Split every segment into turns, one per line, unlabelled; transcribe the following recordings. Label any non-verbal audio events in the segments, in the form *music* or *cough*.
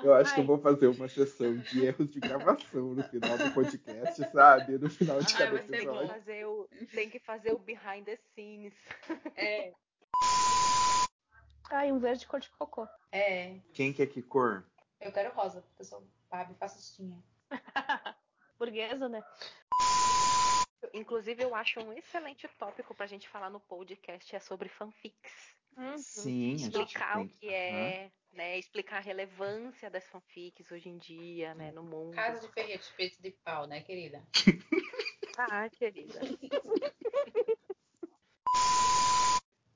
Eu acho que eu vou fazer uma sessão de erros de gravação no final do podcast, sabe? No final de
Ah,
cada
você
tem que
pode.
episódio.
fazer o, tem que fazer o behind the scenes.
É,
Ai, um verde de cor de cocô.
é.
Quem quer que cor?
Eu quero rosa, porque eu sou Barbie fascistinha.
Burguesa, né?
Inclusive, eu acho um excelente tópico pra gente falar no podcast é sobre fanfics.
Hum. Uhum.
Sim, a gente
Explicar
tem
o que é, né? Explicar a relevância das fanfics hoje em dia, né? No mundo.
Casa de ferrete, peito de pau, né, querida?
Ah, querida.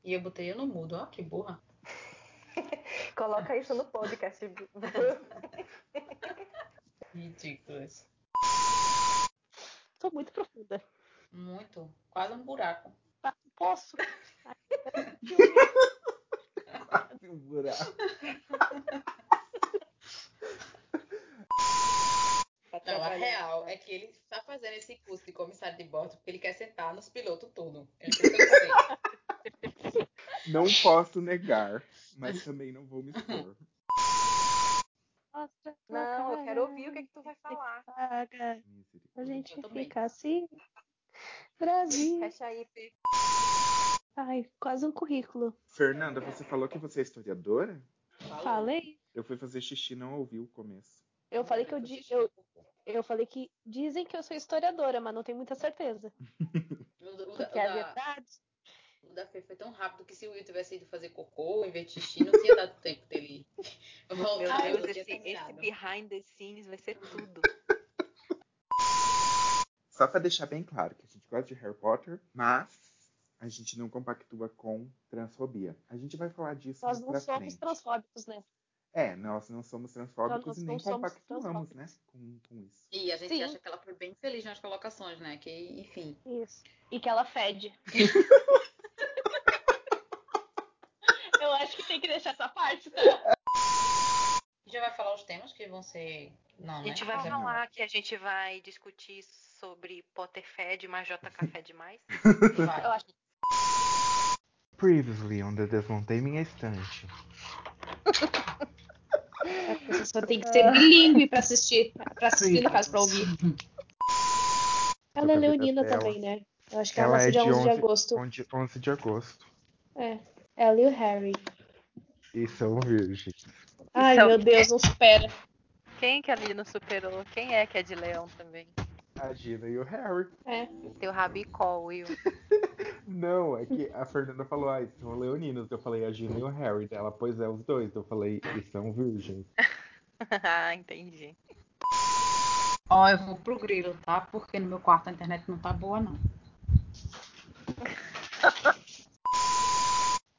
E eu botei eu no mudo, ó, que burra.
Coloca isso no podcast. *laughs*
Ridículas.
Tô muito profunda.
Muito. Quase um buraco.
Posso?
Que um buraco.
Não, a real é que ele está fazendo esse curso de comissário de bordo porque ele quer sentar nos pilotos tudo. É Ele precisa
Não posso negar, mas também não vou me expor.
Mostra pra
Não, eu quero
caralho.
ouvir o que, é que tu vai falar.
Paga. A gente
Eu também.
fica assim. Brasil. *laughs*
Fecha aí, Fê.
Ai, quase um currículo.
Fernanda, você falou que você é historiadora?
Falei?
Eu fui fazer xixi e não ouvi o começo.
Eu falei que eu, di- eu, eu falei que dizem que eu sou historiadora, mas não tenho muita certeza.
O, o, o,
Porque a
da,
verdade.
o da Fê foi tão rápido que se o Will tivesse ido fazer cocô em vez de xixi, não tinha dado tempo dele
Meu
voltar.
Deus,
eu tinha
esse, esse
terminado.
behind the scenes vai ser tudo.
Só pra deixar bem claro que a gente gosta de Harry Potter, mas a gente não compactua com transfobia. A gente vai falar disso
Nós
mais
não
pra
somos
frente.
transfóbicos, né?
É, nós não somos transfóbicos
Nós
e nem
não somos
compactuamos, né,
transfóbicos.
com, com isso.
E a gente
Sim.
acha que ela foi bem feliz nas colocações, né? Que, enfim.
Isso. E que ela fede. *laughs* eu acho que tem que deixar essa parte, tá?
A gente já vai falar os temas que vão ser. Não,
A gente
né?
vai
Já
falar que a gente vai discutir sobre Potter fed, mas JK fed mais.
não. Vai.
Eu acho que
Previously, onde eu desmontei minha estante.
a pessoa tem que ser bilíngue pra assistir. Pra assistir, no caso, pra ouvir.
Sobre
Ela é
a vida
leonina
dela.
também, né? Eu acho que
Ela
ela, nasceu
é
dia
de
11 de
11
agosto.
Onde, 11 de agosto.
É. Ela e o Harry.
E são virgens.
Ai,
Então,
meu Deus, não supera.
Quem que ali não superou? Quem é que é de leão também?
A Gina e o Harry.
É.
Teu rabicó, Will. *laughs*
Não, é que a Fernanda falou, ah, são leoninos. Eu falei a Gina e o Harry. Ela, pois é, os dois. Eu falei, e são virgens.
ah, entendi.
Ó, eu vou pro grilo, tá? Porque no meu quarto a internet não tá boa, não.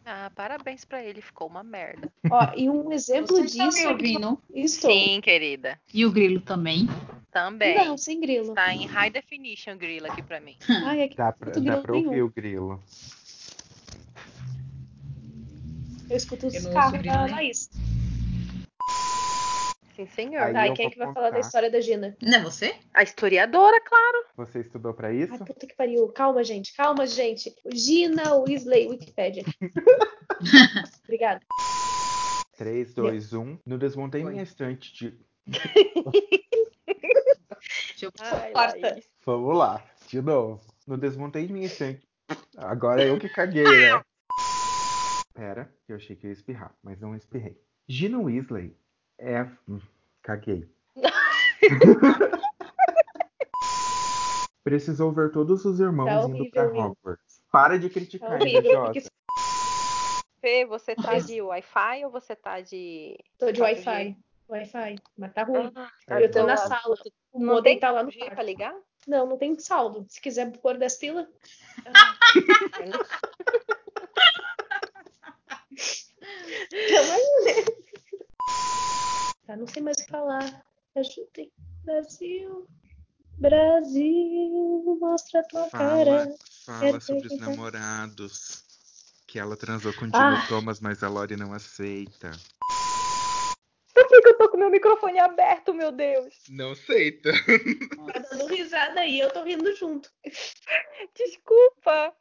Ah, parabéns pra ele, ficou uma merda.
Ó, e um exemplo
Vocês estão
disso.
me
é que-
ouvindo?
Estou.
Sim, querida.
E o grilo também.
Também.
Não, sem grilo.
Tá em high definition grilo aqui pra mim.
Ai, é que
Dá pra,
Muito grilo
dá pra ouvir
nenhum.
o grilo.
eu escuto os
Eu não ouço
carros
grilo,
da
né?
Laís.
Sim, senhor.
Aí
Tá,
eu
e quem é
vou
que vai falar da
contar.
história da Gina?
Não é você?
A historiadora, claro.
Você estudou pra
Ai,
isso?
puta que pariu. Calma, gente. Calma, gente. Gina Weasley, *laughs* Wikipedia. Obrigada.
3, 2, 1. No desmontei
Foi.
minha estante de.
Deixa eu...
Ai,
Quarta.
Laís.
Vamos lá, de novo. No desmontei minha estante. Agora eu que caguei, né? Pera, que eu achei que ia espirrar, mas não espirrei. Gina Weasley é. hum, Caguei. *laughs* Precisou ver todos os irmãos
Tá
indo
horrível
pra
isso.
Hogwarts. Para de criticar,
Tá horrível,
invejosa.
porque-
Fê, você tá de Wi-Fi ou você tá de.
Tô de
Tá
Wi-Fi. Wi-Fi. Mas tá ruim.
Ah,
eu tô
então-
na sala. tô- O
Não tem
modem tá lá no
jeito
quarto.
pra ligar?
Não, não tem saldo. Se quiser pôr 10 *laughs* pila. Tamo aí, né? Tá, não sei mais o que falar. Ajudem. Brasil. Brasil, mostra a tua cara.
fala
Quero
sobre os
perguntar.
namorados. Que ela transou com o
Ah.
Dino Thomas, mas a Lori não aceita.
Por que, que eu tô com meu microfone aberto, meu Deus?
Não aceita.
Tá dando risada aí, eu tô rindo junto.
Desculpa.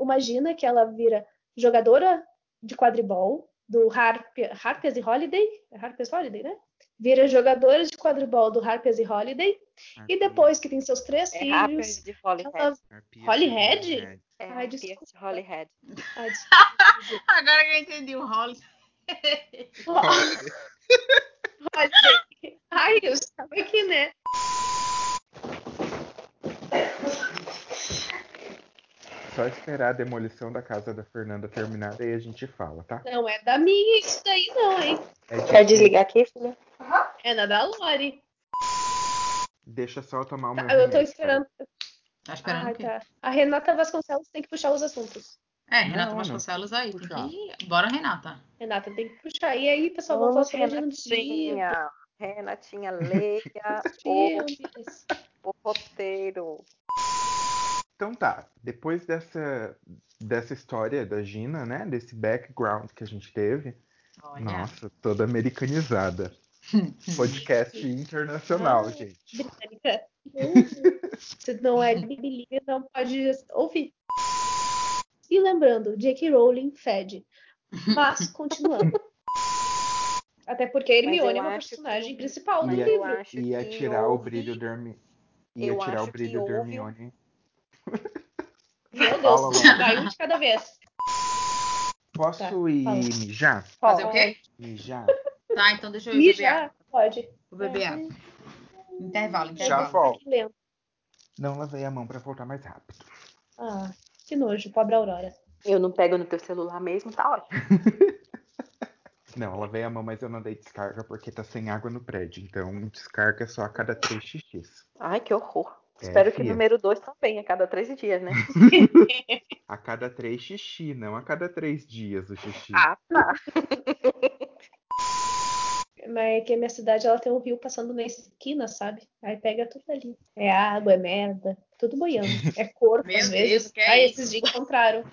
Imagina que ela vira jogadora de quadribol, do Harp, Harpers e Holiday, é Harpers Holiday, né? Vira jogadores de quadribol do Harpers e Holiday. E depois que tem seus três
É
filhos,
Harpers de Holyhead.
ela... Holyhead?
Holyhead.
É
Ai,
Harpers de
desculpa.
Holyhead.
Ai, desculpa.
Agora que eu entendi o rolo.
Holiday. *laughs* Ai, eu estava aqui, né?
Só esperar a demolição da casa da Fernanda terminar, aí a gente fala, tá?
Não é da minha isso daí, não, hein?
É de-
Quer desligar aqui, filha?
É na da Lori.
Deixa só eu tomar uma.
Ah, Eu tô esperando.
Tá esperando
Ah,
o quê?
tá. A Renata Vasconcelos tem que puxar os assuntos.
É, Renata
Não,
Vasconcelos aí. tem
Puxar.
que- Bora, Renata.
Renata tem que puxar. E aí, pessoal, vamos falar sobre a Jandira.
Renatinha. Renatinha, leia o,
Filmes.
o roteiro.
Então tá, depois dessa, dessa história da Gina, né? Desse background que a gente teve.
Olha.
Nossa, toda *laughs* americanizada. Podcast internacional, gente.
britânica. Se não é bilíngue, não pode ouvir. E lembrando, J.K. Rowling fede. Mas continuando. Até porque a
Mas
Hermione
eu
é uma
acho que
personagem
eu-
principal do
Mas eu
livro.
acho
Ia
que
tirar o
houve-
brilho do Hermi... Ia
eu
tirar o
acho que
brilho do
houve um-
Hermione. Fala,
Meu Deus,
Laura.
vai um de cada
*laughs*
vez. Tá,
Posso ir
fala.
mijar?
Fazer o quê?
Mijar?
Tá, então deixa eu ir beber água.
Mijar, pode. É,
Vou beber água. Intervalo,
Já
intervalo.
volto.
Que lento.
Não lavei a mão pra voltar mais rápido.
Ah, que nojo, pobre Aurora.
Eu não pego no teu celular mesmo, tá ótimo.
Não, eu lavei a mão, mas eu não dei descarga porque tá sem água no prédio. Então, descarga só a cada 3 xx.
Ai, que horror.
É,
Espero que o
filha.
número 2 também, a cada 13 dias, né?
A cada 3 xixi, não a cada 3 dias o xixi.
Ah, tá.
Mas é que a minha cidade ela tem um rio passando na esquina, sabe? Aí pega tudo ali. É água, é merda, tudo boiando. É corpo,
Meu
às
Deus,
vezes.
que é
Aí
isso?
esses dias encontraram.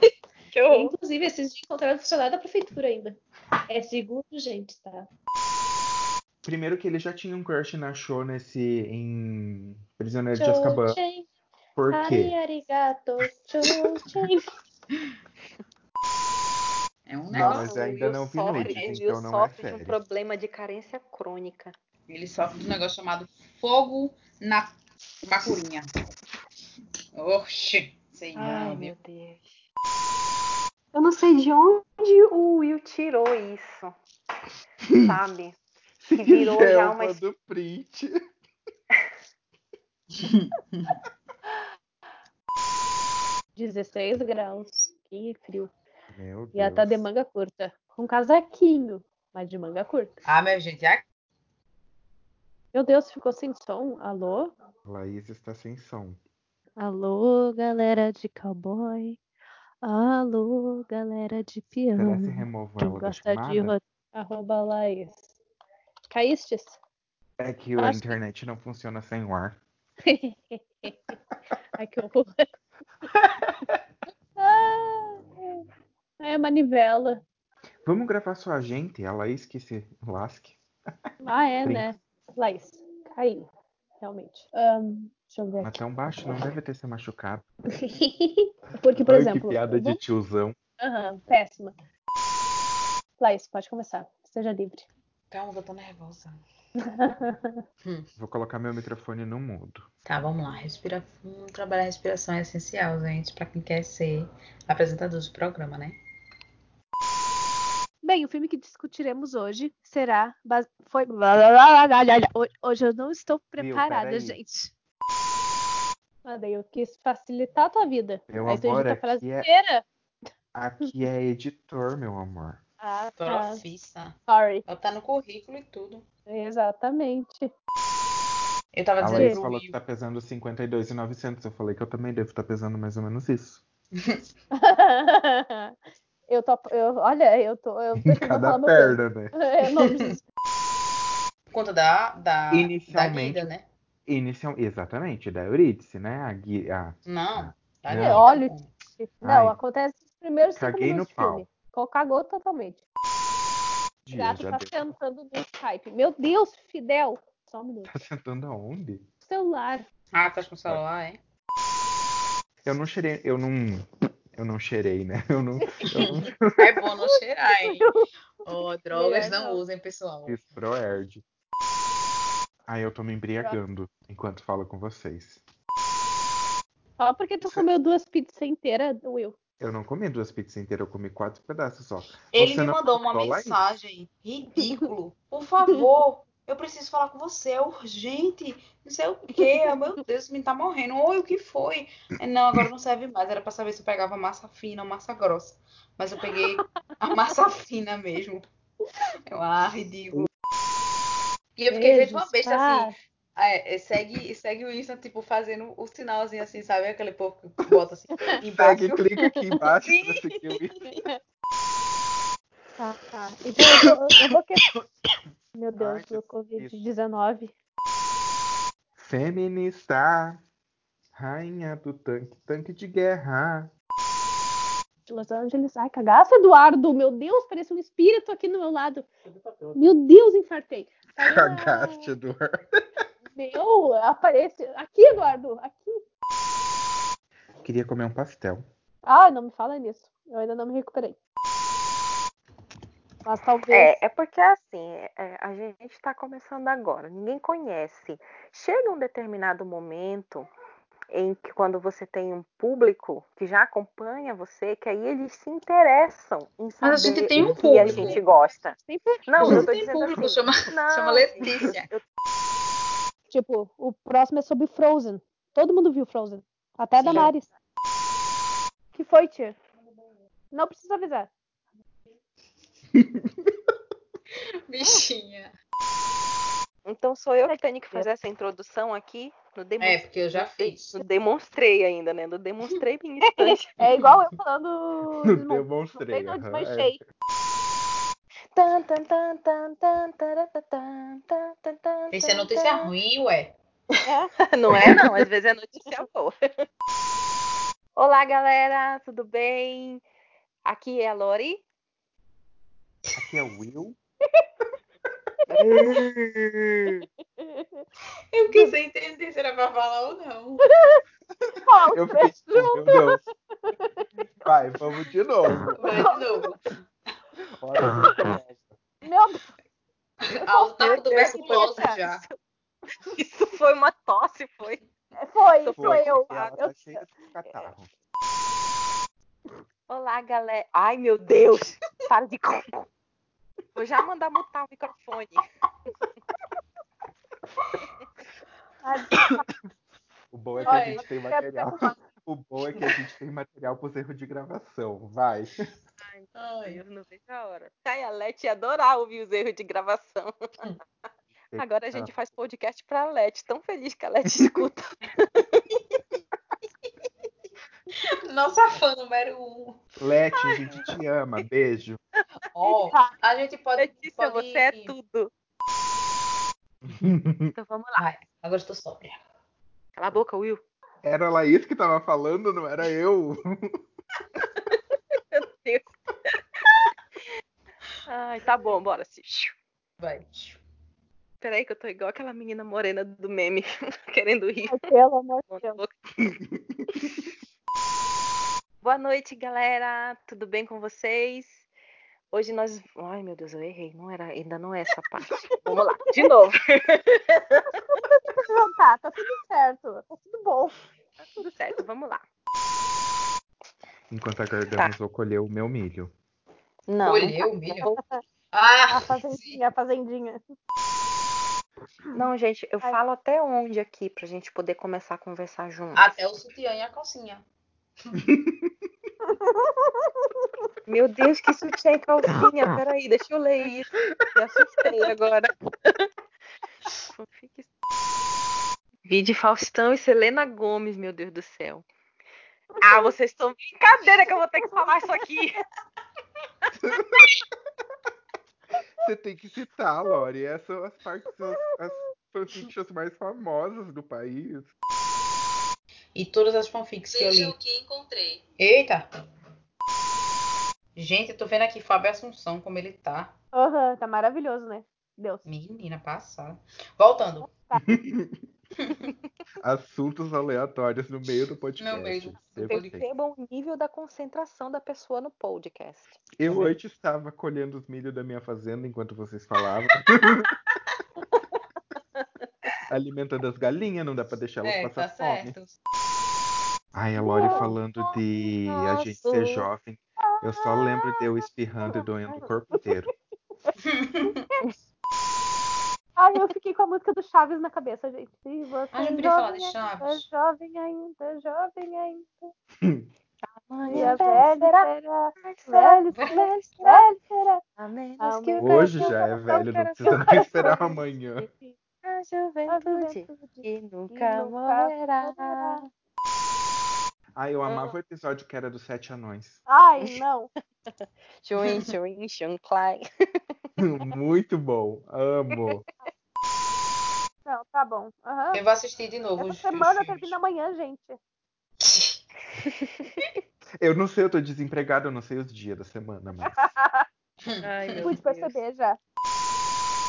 Que
E,
horror.
Inclusive, esses dias encontraram funcionário da prefeitura ainda. É seguro, gente, tá?
Primeiro que ele já tinha um crush na Show nesse em Prisioneiro de Azkaban.
Chochen,
Por
ari,
quê?
arigato, chochen.
*laughs*
É um
Não,
negócio.
mas ainda
o Will
não vi no
sofre-
Edit,
o Will
então não é
sofre de
sério.
um problema de carência crônica.
Ele sofre de um negócio chamado fogo na bacurinha. Oxi. Senhor,
Ai,
meu.
meu Deus. Eu não sei de onde o Will tirou isso. *laughs* Sabe?
Se
Que
*laughs*
virou
quiser,
já
eu
uma-
mando é print. Meu
*laughs*
Deus.
E ela tá de manga curta. Com casaquinho, mas de manga curta.
Ah, minha gente, é
Meu Deus, ficou sem som. Alô?
Laís está sem som.
Alô, galera de cowboy. Alô, galera de
Uhum.
Será que
peão.
removo
Quem
ela da
gosta de
chamada?
ro- arroba Laís. Caíste?
É que a
Acho-
internet não funciona sem o ar.
Ai, que horror. *laughs* Ah, é manivela.
Vamos gravar só a gente, a Laís que se lasque.
Ah, é,
Sim.
né? Laís, caiu. Realmente. Ahn, deixa
É
eu ver
Mas
aqui.
Tá tão baixo, não deve ter se machucado.
*laughs* Porque, por
Ai,
exemplo,
que piada de tiozão.
Aham, péssima. Laís, pode começar. Seja livre. *laughs*
Calma, eu tô nervosa.
Vou colocar meu microfone no mudo.
Tá, vamos lá. Respira fundo. Trabalhar a respiração é essencial, gente, pra quem quer ser apresentador de programa, né?
Bem, o filme que discutiremos hoje será. base- Foi.
*laughs*
Ho- Hoje eu não estou preparada,
peraí.
gente. Mandei, Ah, eu quis facilitar a tua vida.
Meu
Aí tu
amor,
edita a
aqui
frase
é-
inteira.
Aqui é editor, meu amor.
Ah, tá.
Profissa.
Sorry.
Ela tá no currículo e tudo.
Exatamente. *laughs*
Eu tava
A
dizendo
Laís
pro
falou que
Will.
tá pesando 52,900. Eu falei que eu também devo estar pesando mais ou menos isso.
eu tô. Eu, olha, eu tô. Eu
Em
preciso
*laughs* cada
falar meu peso.
perna, né?
É, Eu
*laughs*
não preciso.
Por conta da, da, da
Inicialmente-
Guida, né?
Inicial... Exatamente, da Eurídice, né? A gui- a-
Não. Da
Não.
Guida, tá
Olha,
bom.
Não,
Ai.
acontece nos primeiros cinco
Caguei
minutos
no
de
pau.
filme. Co- Cagou totalmente. O
Dia,
gato
já
tá
deu.
sentando no Skype. Meu Deus, Fidel! Só um minuto.
*laughs* Tá sentando aonde?
Celular.
Ah, tá com o celular, *laughs* é?
Eu não cheirei,
*laughs*
eu não. Eu não cheirei, né? Eu não. eu não-
*laughs* É bom não cheirar, hein? Ó, drogas não, usem, pessoal.
Fiz proerd. Aí eu tô me embriagando enquanto falo com vocês.
Só porque tu
Isso- é
comeu duas pizzas inteiras, Will.
Eu não comi duas pizzas inteiras, eu comi quatro pedaços só.
Ele
Você
me
não
mandou uma
controla isso.
mensagem. Ridículo. Por favor, eu preciso falar com você. É urgente. Não sei o quê. Ah, Meu Deus, me tá morrendo. Oi, o que foi? É, Não, agora não serve mais. Era pra saber se eu pegava massa fina ou massa grossa. Mas eu peguei a massa *laughs* fina mesmo. Eu, ah, ridículo.
E eu fiquei feito uma
Beijos,
besta
paz.
Tá,
assim. É, é, segue, segue o Insta, tipo, fazendo o sinalzinho assim, sabe? Aquele povo que bota assim
Segue,
embaixo.
clica aqui embaixo
Sim.
pra seguir o vídeo.
Tá, tá. Então eu vou, eu vou que-
*coughs*
Meu Deus,
Ai,
do
Jesus.
Covid-19.
Feminista, rainha do tanque, tanque de guerra.
De Los Angeles. Ai, cagaça, Eduardo. Meu Deus, parece um espírito aqui no meu lado. Meu Deus, infartei. Saiu a-
Cagaste, Eduardo.
Meu, aparece. Aqui, Eduardo. Aqui.
Queria comer um pastel.
Ah, não me fala nisso. Eu ainda não me recuperei. Mas talvez.
É, é porque assim, é, a gente está começando agora, ninguém conhece. Chega um determinado momento em que quando você tem um público que já acompanha você, que aí eles se interessam em saber
a gente tem um
o que a
público.
gente gosta.
Sempre,
Não, eu tô
um
tem
dizendo
público,
assim,
chama,
não,
chama *laughs* Letícia.
tipo, o próximo é sobre Frozen. Todo mundo viu Frozen. Até a
Sim.
Damaris. Que foi, tia? Não precisa avisar.
Bichinha.
Então sou eu que tenho que fazer essa introdução aqui. No demo...
É, porque eu já fiz.
no demonstrei ainda, né? No demonstrei *laughs* minha instante.
É igual eu falando.
*laughs* Não
desmon-
demonstrei.
não
aham, é.
desmanchei.
Tan, tan, tan, tan, tan, taratatã, tan, tan, tan,
Isso é
tan,
notícia
tan.
ruim, ué.
Não é, não. Às vezes é notícia boa. *laughs* Olá, galera. Tudo bem? Aqui é a Lori.
Aqui é o Will.
Eu quis entender se era pra falar ou não.
Eu fiquei tipo, meu Deus. Vai, vamos de novo.
Vai de *laughs* novo.
Olha,
Meu Deus,
Ah, eu tava
Meu Deus,
tuberculoso
que
já.
Isso foi uma tosse, foi?
foi,
Foi.
foi eu.
Ela
é
Eu-
tá cheia de catarro.
Olá, galera. Ai, meu Deus. Para de... Vou já mandar mutar o microfone.
O bom é que a
Olha,
gente tem material. O bom é que a gente tem material pros erros de gravação. Vai.
Ai,
Eu não vejo a hora. Ai, a Leti ia adorar ouvir os erros de *laughs* gravação. Agora a gente faz podcast pra Leti. Tão feliz que a Leti *laughs* escuta.
Nossa fã número um.
Leti, a gente te ama. Beijo.
Ó, a gente pode.
Letícia,
pode...
você é *laughs* tudo. Então vamos lá.
Ai, agora eu tô sóbria.
Cala a boca, Will.
Era a Laís que tava falando, não era eu.
Deus. Ai, tá bom, bora. Cis.
Vai.
Peraí que eu tô igual aquela menina morena do meme, *laughs* querendo rir.
Pelo amor de Deus.
*laughs* Boa noite, galera. Tudo bem com vocês? Hoje nós. Ai, meu Deus, eu errei. Não era... Ainda não é essa parte. *laughs* Vamos lá, de novo.
Tá, tá tudo certo. Tá tudo bom.
Tá tudo certo, vamos lá.
Enquanto aguardamos,
Tá.
vou colher o meu milho.
Não. tá
Olheu o milho?
vou-
Ah,
A fazendinha, a fazendinha.
Não, gente, eu
Ai.
falo até onde aqui pra gente poder começar a conversar junto.
até o sutiã e a calcinha.
Meu Deus, que sutiã e calcinha. Peraí, deixa eu ler isso. Me assustei agora. Fanfic- Vi de Faustão e Selena Gomes, meu Deus do céu. Ah, vocês estão brincadeira que eu vou ter que falar isso aqui.
Você tem que citar, Lori. Essas são as partes, as, as fanfictions mais famosas do país.
E todas as fanfics que eu li.
que encontrei.
Eita! Gente, eu tô vendo aqui Fábio Assunção, como ele tá.
Aham, tá maravilhoso, né? Deus.
Menina, passada. Voltando.
assuntos aleatórios no meio do podcast.
No meio do
Perfeito.
Percebam o nível da concentração da pessoa no podcast.
Eu hoje estava colhendo os milho da minha fazenda enquanto vocês
*laughs*
falavam. Alimentando as galinhas, não dá pra deixar elas
É,
passar
tá
fome.
certo.
Ai, a Lori falando de a gente ser jovem. Eu só lembro de eu espirrando e doendo o corpo inteiro.
Ai, eu fiquei com a música do Chaves na cabeça, gente. E você
Ah, não
jovem
podia falar de
ainda,
Chaves.
jovem ainda, jovem ainda. E
Amanhã
a velha será,
tá
velho, velho, velho será.
a menos que
Amanhã.
o
Hoje
coração-
já é velho, não precisa nem
coração-
esperar amanhã.
a
A
juventude
juventude
que nunca
nunca
morrerá.
morrerá.
Ai, Ah, eu amava o episódio que era dos Sete Anões.
*laughs*
Ai, não.
Chuin, chuin, chuin, clai.
Muito bom. Amo.
Não, tá bom. Aham.
Eu vou assistir de novo
Essa
os, os
semana
filmes.
termina amanhã, gente.
*laughs*
Eu não sei, eu tô desempregado, eu não sei os dias da semana, mas.
Ai, meu
Pude
Deus.
perceber já.